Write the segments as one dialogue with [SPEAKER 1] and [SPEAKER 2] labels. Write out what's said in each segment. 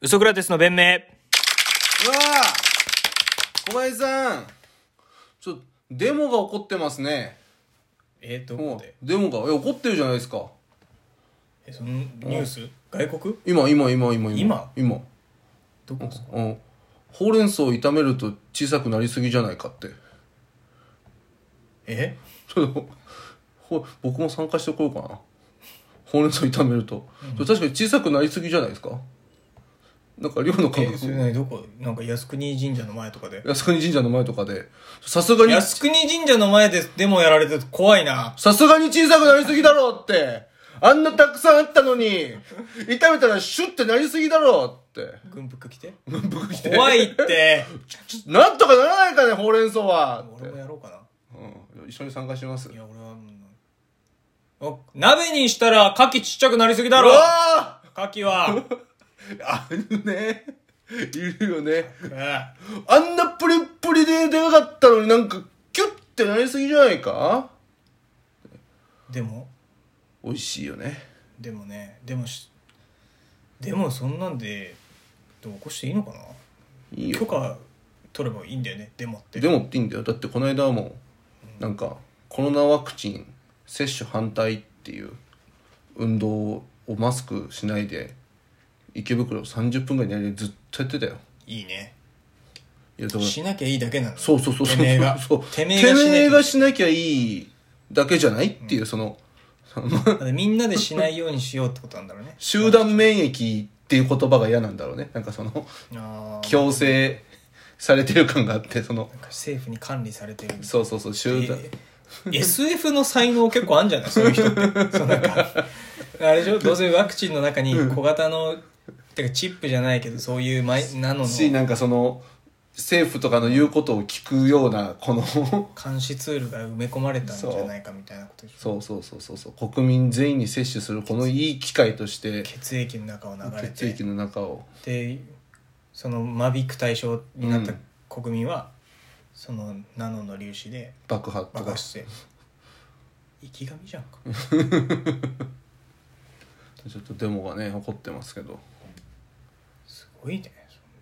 [SPEAKER 1] ウソクラテスの弁明
[SPEAKER 2] うわー小林さんちょデモが起こってますね
[SPEAKER 3] えど
[SPEAKER 2] も
[SPEAKER 3] こ
[SPEAKER 2] う
[SPEAKER 3] で
[SPEAKER 2] デモがえ起こってるじゃないですか
[SPEAKER 3] えそのニュース外国
[SPEAKER 2] 今今今今
[SPEAKER 3] 今
[SPEAKER 2] 今
[SPEAKER 3] どこですか
[SPEAKER 2] うんほうれん草を炒めると小さくなりすぎじゃないかって
[SPEAKER 3] え
[SPEAKER 2] ちょっとほ僕も参加してこようかなほうれん草炒めると、それ確かに小さくなりすぎじゃないですかなんか寮の感
[SPEAKER 3] えそれ
[SPEAKER 2] 覚
[SPEAKER 3] 何どこなんか靖国神社の前とかで
[SPEAKER 2] 靖国神社の前とかでさすがに
[SPEAKER 3] 靖国神社の前ででもやられてると怖いな
[SPEAKER 2] さすがに小さくなりすぎだろうってあんなたくさんあったのに炒めたらシュッてなりすぎだろうって
[SPEAKER 3] 軍服着て
[SPEAKER 2] 僕来て
[SPEAKER 3] 怖いって
[SPEAKER 2] なんとかならないかねほうれん草はって
[SPEAKER 3] 俺もやろうかな
[SPEAKER 2] うん、一緒に参加します
[SPEAKER 3] いや俺はもうお鍋にしたら牡蠣ちっちゃくなりすぎだ
[SPEAKER 2] う
[SPEAKER 3] ろ
[SPEAKER 2] わ
[SPEAKER 3] 牡蠣 は
[SPEAKER 2] ーあるねいるよね
[SPEAKER 3] え
[SPEAKER 2] あんなプリップリででかかったのになんかキュッてなりすぎじゃないか
[SPEAKER 3] えでも
[SPEAKER 2] 美味しいよね
[SPEAKER 3] でもねでもしでもそんなんででも起こしていいのかない
[SPEAKER 2] いよ
[SPEAKER 3] 許可取ればいいんだよねデモって
[SPEAKER 2] でもっていいんだよだってこの間はもうなんかコロナワクチン接種反対っていう運動をマスクしないで池袋30分ぐらいでずっとやってたよ
[SPEAKER 3] いいね
[SPEAKER 2] いやだから
[SPEAKER 3] しなきゃいいだけなの
[SPEAKER 2] そうそうそうそう
[SPEAKER 3] てめえが
[SPEAKER 2] そう
[SPEAKER 3] てめえがしなきゃ
[SPEAKER 2] てめえがしなきゃいいだけじゃないっていうその
[SPEAKER 3] だってみんなでしないようにしようってことなんだろう ね
[SPEAKER 2] 集団免疫っていう言葉が嫌なんだろうねなんかその
[SPEAKER 3] あー
[SPEAKER 2] 強制されてる感があってその
[SPEAKER 3] なんか政府に管理されてる
[SPEAKER 2] そうそうそう集団
[SPEAKER 3] え SF の才能結構あるんじゃないそういう人ってそうなんかあれでしょどうせワクチンの中に小型の、てかチップじゃないけどそういうマイナノ
[SPEAKER 2] し
[SPEAKER 3] の
[SPEAKER 2] なんかその政府とかの言うことを聞くようなこの
[SPEAKER 3] 監視ツールが埋め込まれたんじゃないかみたいなことでしょ
[SPEAKER 2] そうそうそうそうそう国民全員に接種するこのいい機会として
[SPEAKER 3] 血液の中を流れ
[SPEAKER 2] 血液
[SPEAKER 3] て
[SPEAKER 2] の中を
[SPEAKER 3] でその間引く対象になった
[SPEAKER 2] うん
[SPEAKER 3] 国民は、そのナノの粒子で
[SPEAKER 2] 爆破と
[SPEAKER 3] 爆
[SPEAKER 2] か
[SPEAKER 3] 破して生き神じゃんか
[SPEAKER 2] ちょっとデモがね起こってますけど
[SPEAKER 3] すごいね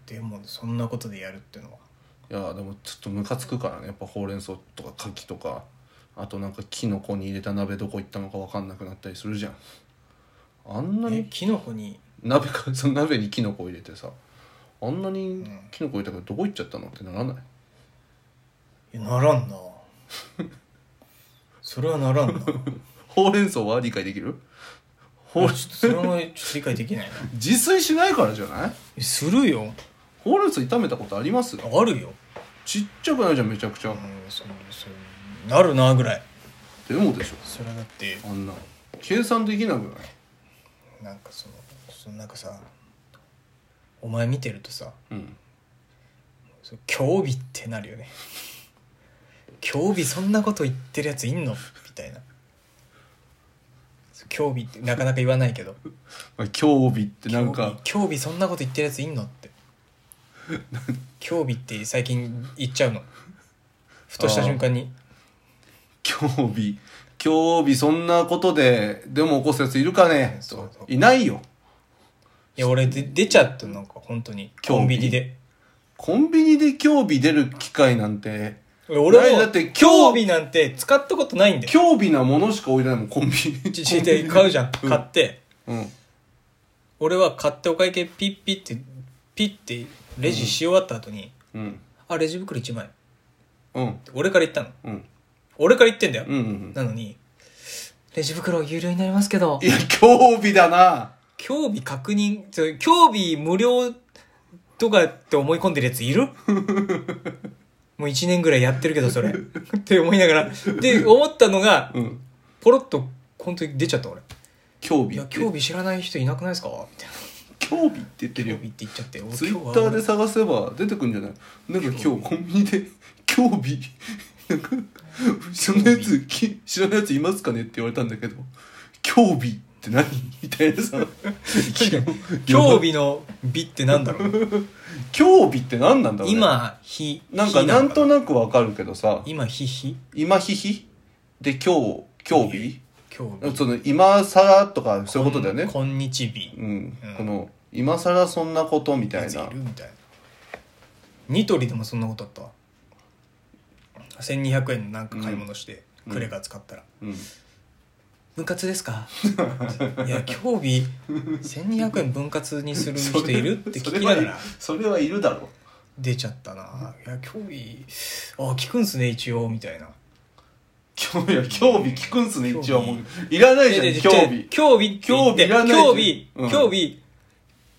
[SPEAKER 3] でもそんなことでやるってのはい
[SPEAKER 2] やーでもちょっとムカつくからねやっぱほうれん草とか牡蠣とかあとなんかキノコに入れた鍋どこ行ったのか分かんなくなったりするじゃんあんな
[SPEAKER 3] え
[SPEAKER 2] に
[SPEAKER 3] キノコに
[SPEAKER 2] 鍋か その鍋にキノコ入れてさあんなに
[SPEAKER 3] ん
[SPEAKER 2] キノコ入れたけどどこ行っちゃったのってならない
[SPEAKER 3] いやならんな それはならんな
[SPEAKER 2] ほうれん草は理解できるほう
[SPEAKER 3] 俺ちょっとそれもちょっと理解できないな
[SPEAKER 2] 自炊しないからじゃない
[SPEAKER 3] えするよ
[SPEAKER 2] ほうれん草炒めたことあります
[SPEAKER 3] あるよ、
[SPEAKER 2] ちっちゃくないじゃんめちゃくちゃ
[SPEAKER 3] うん、そうそうなるなぐらい
[SPEAKER 2] でもでしょ
[SPEAKER 3] それはだって
[SPEAKER 2] あんな計算できなくない
[SPEAKER 3] なんかそのそのなんかさお前見てるとさ
[SPEAKER 2] うん
[SPEAKER 3] そう興味ってなるよね興味そんなこと言ってるやついんのみたいなそう興味ってなかなか言わない けど
[SPEAKER 2] まあ興味ってなんか
[SPEAKER 3] 興味そんなこと言ってるやついんのって興味って最近言っちゃうのふとした瞬間に
[SPEAKER 2] 興味興味そんなことでデモ起こすやついるかね
[SPEAKER 3] そ
[SPEAKER 2] と
[SPEAKER 3] う
[SPEAKER 2] いないよ
[SPEAKER 3] いや俺で出ちゃったなんか本当に
[SPEAKER 2] 興味
[SPEAKER 3] コンビニで
[SPEAKER 2] コンビニで興味出る機会なんて
[SPEAKER 3] 俺
[SPEAKER 2] ない
[SPEAKER 3] も
[SPEAKER 2] だって
[SPEAKER 3] 興味なんて使ったことないんだよ
[SPEAKER 2] 興味なものしか置いてないもんコンビニ
[SPEAKER 3] ちちで買うじゃん
[SPEAKER 2] うん
[SPEAKER 3] 買って
[SPEAKER 2] うん
[SPEAKER 3] 俺は買ってお会計ピッピッってピッてレジし終わった後に、
[SPEAKER 2] うん
[SPEAKER 3] あレジ袋1枚
[SPEAKER 2] うん
[SPEAKER 3] 俺から言ったの
[SPEAKER 2] うん
[SPEAKER 3] 俺から言ってんだよ、
[SPEAKER 2] うんうん
[SPEAKER 3] なのにレジ袋有料になりますけど
[SPEAKER 2] いや興味だな
[SPEAKER 3] 興味確認、ちょ興味無料とかって思い込んでるやつい るもう一年ぐらいやってるけど、それ。って思いながら。で、思ったのが、
[SPEAKER 2] うん
[SPEAKER 3] ポロッと、本当に出ちゃった俺。
[SPEAKER 2] 興味
[SPEAKER 3] いや
[SPEAKER 2] っ、て
[SPEAKER 3] 興味知らない人いなくないですかみたい
[SPEAKER 2] 興味って言ってる
[SPEAKER 3] な。
[SPEAKER 2] よ
[SPEAKER 3] 興味って言っちゃって。
[SPEAKER 2] ツイッターで
[SPEAKER 3] さ。
[SPEAKER 2] 探せば出てくんじゃないなんか今日コンビニで 「興味」なんか「知らないやつき知らないやついますかね?」って言われたんだけど「興味」って何みたいなさ
[SPEAKER 3] 興味の美ってなんだろう
[SPEAKER 2] 興味って何なんだろう、ね、
[SPEAKER 3] 今、ひ。
[SPEAKER 2] なんか
[SPEAKER 3] ひ
[SPEAKER 2] なんとなくわかるけどさ
[SPEAKER 3] 今、ひひ。
[SPEAKER 2] 「今ひひ」で「今日」「興味
[SPEAKER 3] 興」味。
[SPEAKER 2] その「今さら」とかそういうことだよね
[SPEAKER 3] こんこんにちび
[SPEAKER 2] う。ん、
[SPEAKER 3] うん
[SPEAKER 2] この「今更そんなことみた
[SPEAKER 3] や
[SPEAKER 2] い
[SPEAKER 3] つい
[SPEAKER 2] な
[SPEAKER 3] るみたいなニトリでもそんなことあったわ1200円のなんか買い物して、
[SPEAKER 2] うん
[SPEAKER 3] クレカ使ったら
[SPEAKER 2] うん
[SPEAKER 3] 「分割ですか? 」いや今日日1200円分割にする人いるって聞きながら
[SPEAKER 2] それはそれはいるだろ
[SPEAKER 3] 出ちゃったな「いや今日日あ聞くんすね一応」みたいな
[SPEAKER 2] 今日いや興味聞くんすね一応もう
[SPEAKER 3] 興
[SPEAKER 2] いらないじゃ
[SPEAKER 3] で
[SPEAKER 2] ん
[SPEAKER 3] で
[SPEAKER 2] 興
[SPEAKER 3] で
[SPEAKER 2] 味
[SPEAKER 3] 興味
[SPEAKER 2] 興味いらないじゃん
[SPEAKER 3] 興味
[SPEAKER 2] うん
[SPEAKER 3] 興味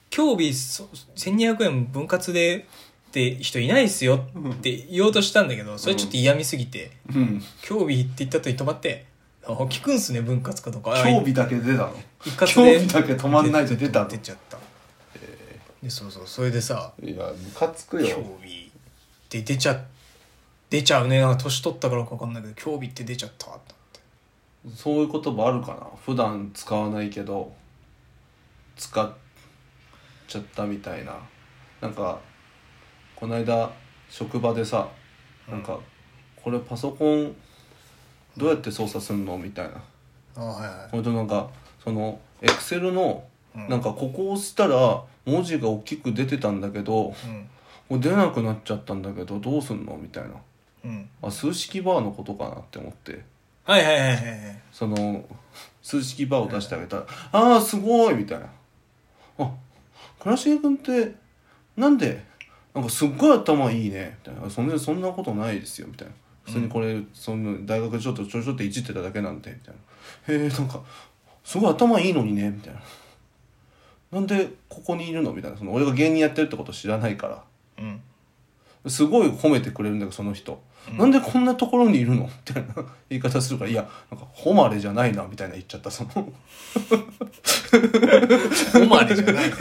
[SPEAKER 3] 興味そ1200円分割でって人いないっすよって言おうとしたんだけどそれちょっと嫌みすぎて
[SPEAKER 2] うん
[SPEAKER 3] 興味って言ったとに止まってあ聞くんすね分割かとか
[SPEAKER 2] 興
[SPEAKER 3] 味
[SPEAKER 2] 味だけ出たの
[SPEAKER 3] 一
[SPEAKER 2] 興
[SPEAKER 3] 括で
[SPEAKER 2] 味だけ止まんないで出たの
[SPEAKER 3] 出ちゃったでそうそうそれでさ
[SPEAKER 2] いやムカつくよ
[SPEAKER 3] 興味って出ちゃ出ちゃうねなんか年取ったからか分かんないけど興味って出ちゃったと思って
[SPEAKER 2] そういう言葉あるかな普段使わないけど使っちゃったみたいななんかこの間職場でさなんか、これパソコンどうやって操作するのみたいな
[SPEAKER 3] あはいはい
[SPEAKER 2] ほんとなんかそのエクセルの
[SPEAKER 3] うん
[SPEAKER 2] なんかここを押したら文字が大きく出てたんだけど
[SPEAKER 3] うん
[SPEAKER 2] もう出なくなっちゃったんだけどどうすんのみたいな
[SPEAKER 3] うん
[SPEAKER 2] あ数式バーのことかなって思って
[SPEAKER 3] はいはいはいはいはい
[SPEAKER 2] その 数式バーを出してあげたら「ああすごい!」みたいな「あ倉重君ってなんでなんかすっごい頭いいね」みたいな「そんなそんなことないですよ」みたいな「普通にこれ、その大学でちょっとちょいちょいっていじってただけなんで」みたいな「へえんかすごい頭いいのにね」みたいな「なんでここにいるの?」みたいなその俺が芸人やってるってこと知らないから。
[SPEAKER 3] うん
[SPEAKER 2] すごい褒めてくれるんだけどその人、なんでこんなところにいるのみ たいな言い方するからいやなんか誉れじゃないなみたいな言っちゃったその
[SPEAKER 3] オマレじゃない。いや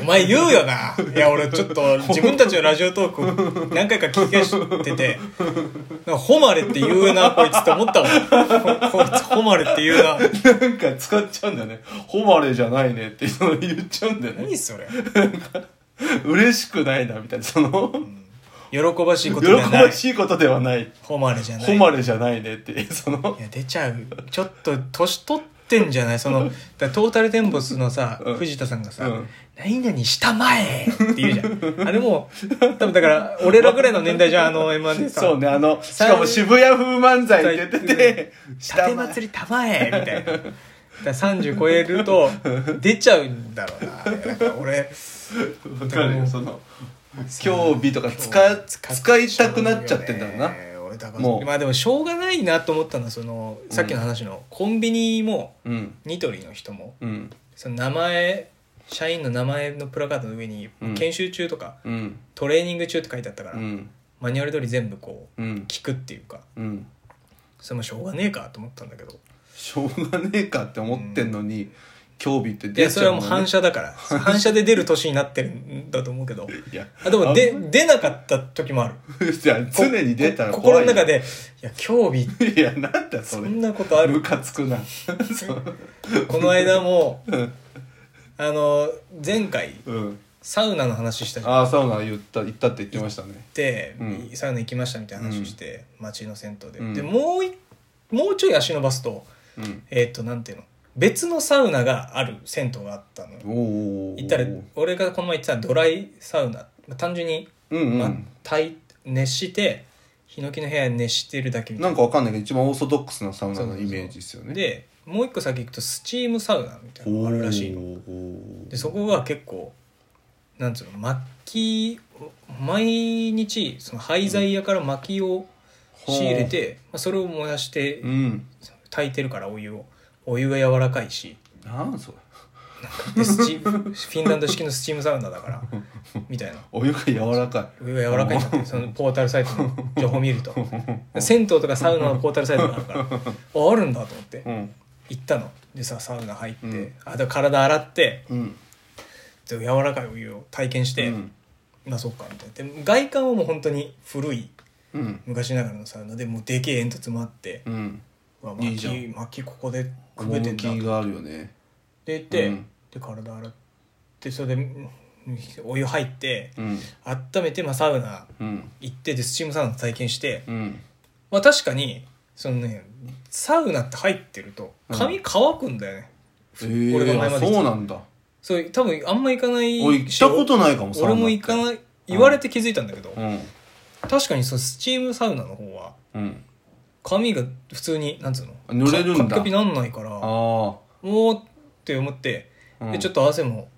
[SPEAKER 3] お前言うよな。いや、俺ちょっと自分たちのラジオトーク何回か聞き返してて、なんかホマレって言うな、こいつって思ったもん。こいつホマレって言うな。
[SPEAKER 2] なんか使っちゃうんだよね誉れじゃないねってその言っちゃうんだよね
[SPEAKER 3] 何それ。
[SPEAKER 2] 嬉しくないなみたいなその
[SPEAKER 3] 喜ばしいこと
[SPEAKER 2] 喜
[SPEAKER 3] ではない
[SPEAKER 2] ば。しいことではない
[SPEAKER 3] ホマレじゃない。
[SPEAKER 2] 誉れじゃないねって その
[SPEAKER 3] いや、出ちゃう。ちょっと年取ってんじゃないその、だからトータルテンボスのさ、
[SPEAKER 2] うん
[SPEAKER 3] 藤田さんがさ、
[SPEAKER 2] うん
[SPEAKER 3] 何々したまえって言うじゃん。あれもう、多分だから、俺らぐらいの年代じゃん、あの M1 でさ。
[SPEAKER 2] そうねあのしかも渋谷風漫才って言ってて
[SPEAKER 3] 縦
[SPEAKER 2] 前
[SPEAKER 3] 祭りたまえみたいな。だから30超えると出ちゃうんだろうな。なんか俺、
[SPEAKER 2] わかるよその 興味とか使い使いたくなっちゃってんだろうな。
[SPEAKER 3] 俺だから
[SPEAKER 2] もう
[SPEAKER 3] まあでもしょうがないなと思ったのはそのさっきの話のコンビニも
[SPEAKER 2] うん
[SPEAKER 3] ニトリの人も
[SPEAKER 2] うん
[SPEAKER 3] その名前社員の名前のプラカードの上に
[SPEAKER 2] うん
[SPEAKER 3] 研修中とか
[SPEAKER 2] うん
[SPEAKER 3] トレーニング中って書いてあったか
[SPEAKER 2] う
[SPEAKER 3] ら
[SPEAKER 2] ん
[SPEAKER 3] マニュアル通り全部こう
[SPEAKER 2] うん
[SPEAKER 3] 聞くっていうか
[SPEAKER 2] うん
[SPEAKER 3] それもしょうがねえかと思ったんだけど
[SPEAKER 2] しょうがねえかって思ってんのに、興味って
[SPEAKER 3] いやそれは
[SPEAKER 2] の
[SPEAKER 3] もう
[SPEAKER 2] ね
[SPEAKER 3] 反射だ から反射で出る年になってるんだと思うけど
[SPEAKER 2] いや
[SPEAKER 3] あでも
[SPEAKER 2] あ
[SPEAKER 3] で
[SPEAKER 2] んま
[SPEAKER 3] 出なかった時もある
[SPEAKER 2] りいや常に出たら
[SPEAKER 3] こ
[SPEAKER 2] 怖
[SPEAKER 3] 心の
[SPEAKER 2] い
[SPEAKER 3] 中
[SPEAKER 2] よ
[SPEAKER 3] でいや興味
[SPEAKER 2] いやなんだ
[SPEAKER 3] そ
[SPEAKER 2] それ
[SPEAKER 3] んなことあ
[SPEAKER 2] ム
[SPEAKER 3] る
[SPEAKER 2] カ つくなそう
[SPEAKER 3] この間も
[SPEAKER 2] うん
[SPEAKER 3] あの前回
[SPEAKER 2] うん
[SPEAKER 3] サウナの話したじゃんっ
[SPEAKER 2] ああサウナ言った言ったって言ってましたね
[SPEAKER 3] て、
[SPEAKER 2] うん
[SPEAKER 3] サウナ行きましたみたいな話して、街の銭湯で、
[SPEAKER 2] うん
[SPEAKER 3] でもういもうちょい足伸ばすと
[SPEAKER 2] うん
[SPEAKER 3] えっ、となんていうの別のサウナがある銭湯があったのよ
[SPEAKER 2] おーおー
[SPEAKER 3] 行ったら俺がこの前行ってたドライサウナまあ単純に
[SPEAKER 2] うん
[SPEAKER 3] ま
[SPEAKER 2] う
[SPEAKER 3] あ
[SPEAKER 2] ん、
[SPEAKER 3] 耐熱してヒノキの部屋に熱してるだけみた
[SPEAKER 2] ないんかわかんないけど一番オーソドックスなサウナのイメージですよ
[SPEAKER 3] な
[SPEAKER 2] ね
[SPEAKER 3] でもう一個先行くとスチームサウナみたいなのがあるらしいの
[SPEAKER 2] の
[SPEAKER 3] でそこが結構なんつうの薪を毎日その廃材屋から薪を仕入れて、まあ、それを燃やして
[SPEAKER 2] うん
[SPEAKER 3] 炊いてるからお湯をお湯が柔らかいし
[SPEAKER 2] なんそれ
[SPEAKER 3] でスチフィンランド式のスチームサウナだ からみたいな
[SPEAKER 2] お湯が柔らかい
[SPEAKER 3] お湯が柔らかいんだってそのポータルサイ トの情報を見ると銭湯とかサウナのポータルサイトがあるからああるんだと思って
[SPEAKER 2] うん
[SPEAKER 3] 行ったのでさサウナ入って、
[SPEAKER 2] うん
[SPEAKER 3] あだから体洗って
[SPEAKER 2] うん
[SPEAKER 3] 柔らかいお湯を体験して、
[SPEAKER 2] うん
[SPEAKER 3] まあそうかみたいなで外観はもう本当に古い
[SPEAKER 2] うん
[SPEAKER 3] 昔ながらのサウナでもうでけえ煙突もあって
[SPEAKER 2] うん
[SPEAKER 3] 「うわ
[SPEAKER 2] いいじゃ
[SPEAKER 3] 薪
[SPEAKER 2] ん
[SPEAKER 3] 薪ここでくべてんだ」っ
[SPEAKER 2] 趣
[SPEAKER 3] て
[SPEAKER 2] があるよね
[SPEAKER 3] 言って、
[SPEAKER 2] うん
[SPEAKER 3] で体洗ってそれでうんお湯入って
[SPEAKER 2] うん
[SPEAKER 3] 温めて、まあ、サウナ
[SPEAKER 2] うん
[SPEAKER 3] 行ってでスチームサウナ体験して、
[SPEAKER 2] うん
[SPEAKER 3] まあ確かにそのねサウナって入ってると髪乾くんだよね、
[SPEAKER 2] ええ
[SPEAKER 3] 俺が前まで
[SPEAKER 2] あそうなんだ
[SPEAKER 3] そう多分あんま行かない
[SPEAKER 2] 俺行ったことないかも
[SPEAKER 3] 俺も行か
[SPEAKER 2] い
[SPEAKER 3] ない言われて気づいたんだけど、
[SPEAKER 2] うん
[SPEAKER 3] 確かにそのスチームサウナの方は
[SPEAKER 2] うん
[SPEAKER 3] 髪が普通になんつうの
[SPEAKER 2] 濡れるん
[SPEAKER 3] か
[SPEAKER 2] だ
[SPEAKER 3] カピカピなんないからお
[SPEAKER 2] あ
[SPEAKER 3] おーって思って、
[SPEAKER 2] あ、うん
[SPEAKER 3] でちょっと汗も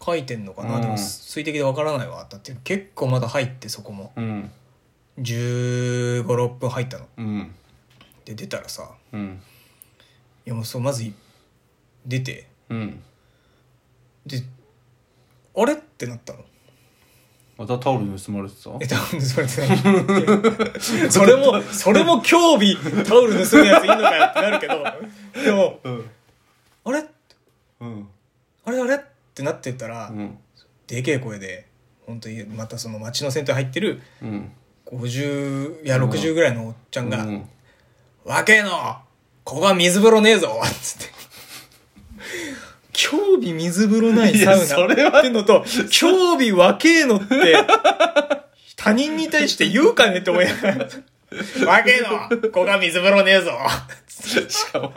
[SPEAKER 3] かいてんのかな、
[SPEAKER 2] うん
[SPEAKER 3] でも水滴でわからないわだって結構まだ入ってそこも
[SPEAKER 2] うん
[SPEAKER 3] 1 5 6分入ったの
[SPEAKER 2] うん
[SPEAKER 3] で出たらさ
[SPEAKER 2] うん
[SPEAKER 3] いやもうそうまずい出て
[SPEAKER 2] うん
[SPEAKER 3] であれってなったの
[SPEAKER 2] またタオル盗まれてた
[SPEAKER 3] えタオル盗まれてないそれもそれも興味タオル盗むやついいのかよってなるけどでも
[SPEAKER 2] うん
[SPEAKER 3] あれ
[SPEAKER 2] うん
[SPEAKER 3] あれあれってなってったら、
[SPEAKER 2] うん
[SPEAKER 3] でけえ声で本当にまたその町のセンター入ってる
[SPEAKER 2] うん
[SPEAKER 3] 50いや60ぐらいのおっちゃんが「
[SPEAKER 2] うん
[SPEAKER 3] 若えのここは水風呂ねえぞ」っつって。興味水風呂ないサウナ
[SPEAKER 2] いやそれは
[SPEAKER 3] ってのと、興味若えのって、他人に対して言うかねって思いながら、若えのここは水風呂ねえぞ
[SPEAKER 2] しかも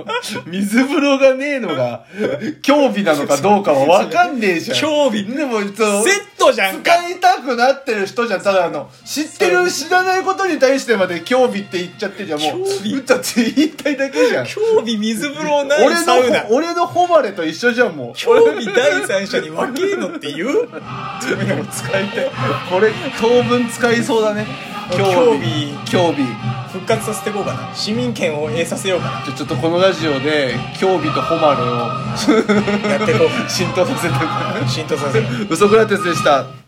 [SPEAKER 2] 水風呂がねえのが興味なのかどうかは分かんねえじゃん
[SPEAKER 3] 興味
[SPEAKER 2] でもそう
[SPEAKER 3] セットじゃんか
[SPEAKER 2] 使いたくなってる人じゃんただあの知って
[SPEAKER 3] そ
[SPEAKER 2] る知らないことに対してまで興味って言っちゃってるじゃんもう
[SPEAKER 3] 興味
[SPEAKER 2] うたって言いたいだけじゃん
[SPEAKER 3] 興味水風呂な
[SPEAKER 2] 俺
[SPEAKER 3] いサウナ
[SPEAKER 2] の俺の誉れと一緒じゃんもう
[SPEAKER 3] 興味第三者に若えのって言う自分でも使いたい
[SPEAKER 2] これ当分使いそうだね
[SPEAKER 3] 興
[SPEAKER 2] 興
[SPEAKER 3] 味
[SPEAKER 2] 味興味
[SPEAKER 3] 復活させていこうかな市民権を得させようか
[SPEAKER 2] じゃあちょっとこのラジオで興味と誉れを
[SPEAKER 3] なやっていこう
[SPEAKER 2] 浸透させて
[SPEAKER 3] 浸透させよう
[SPEAKER 2] ウソクラテスでした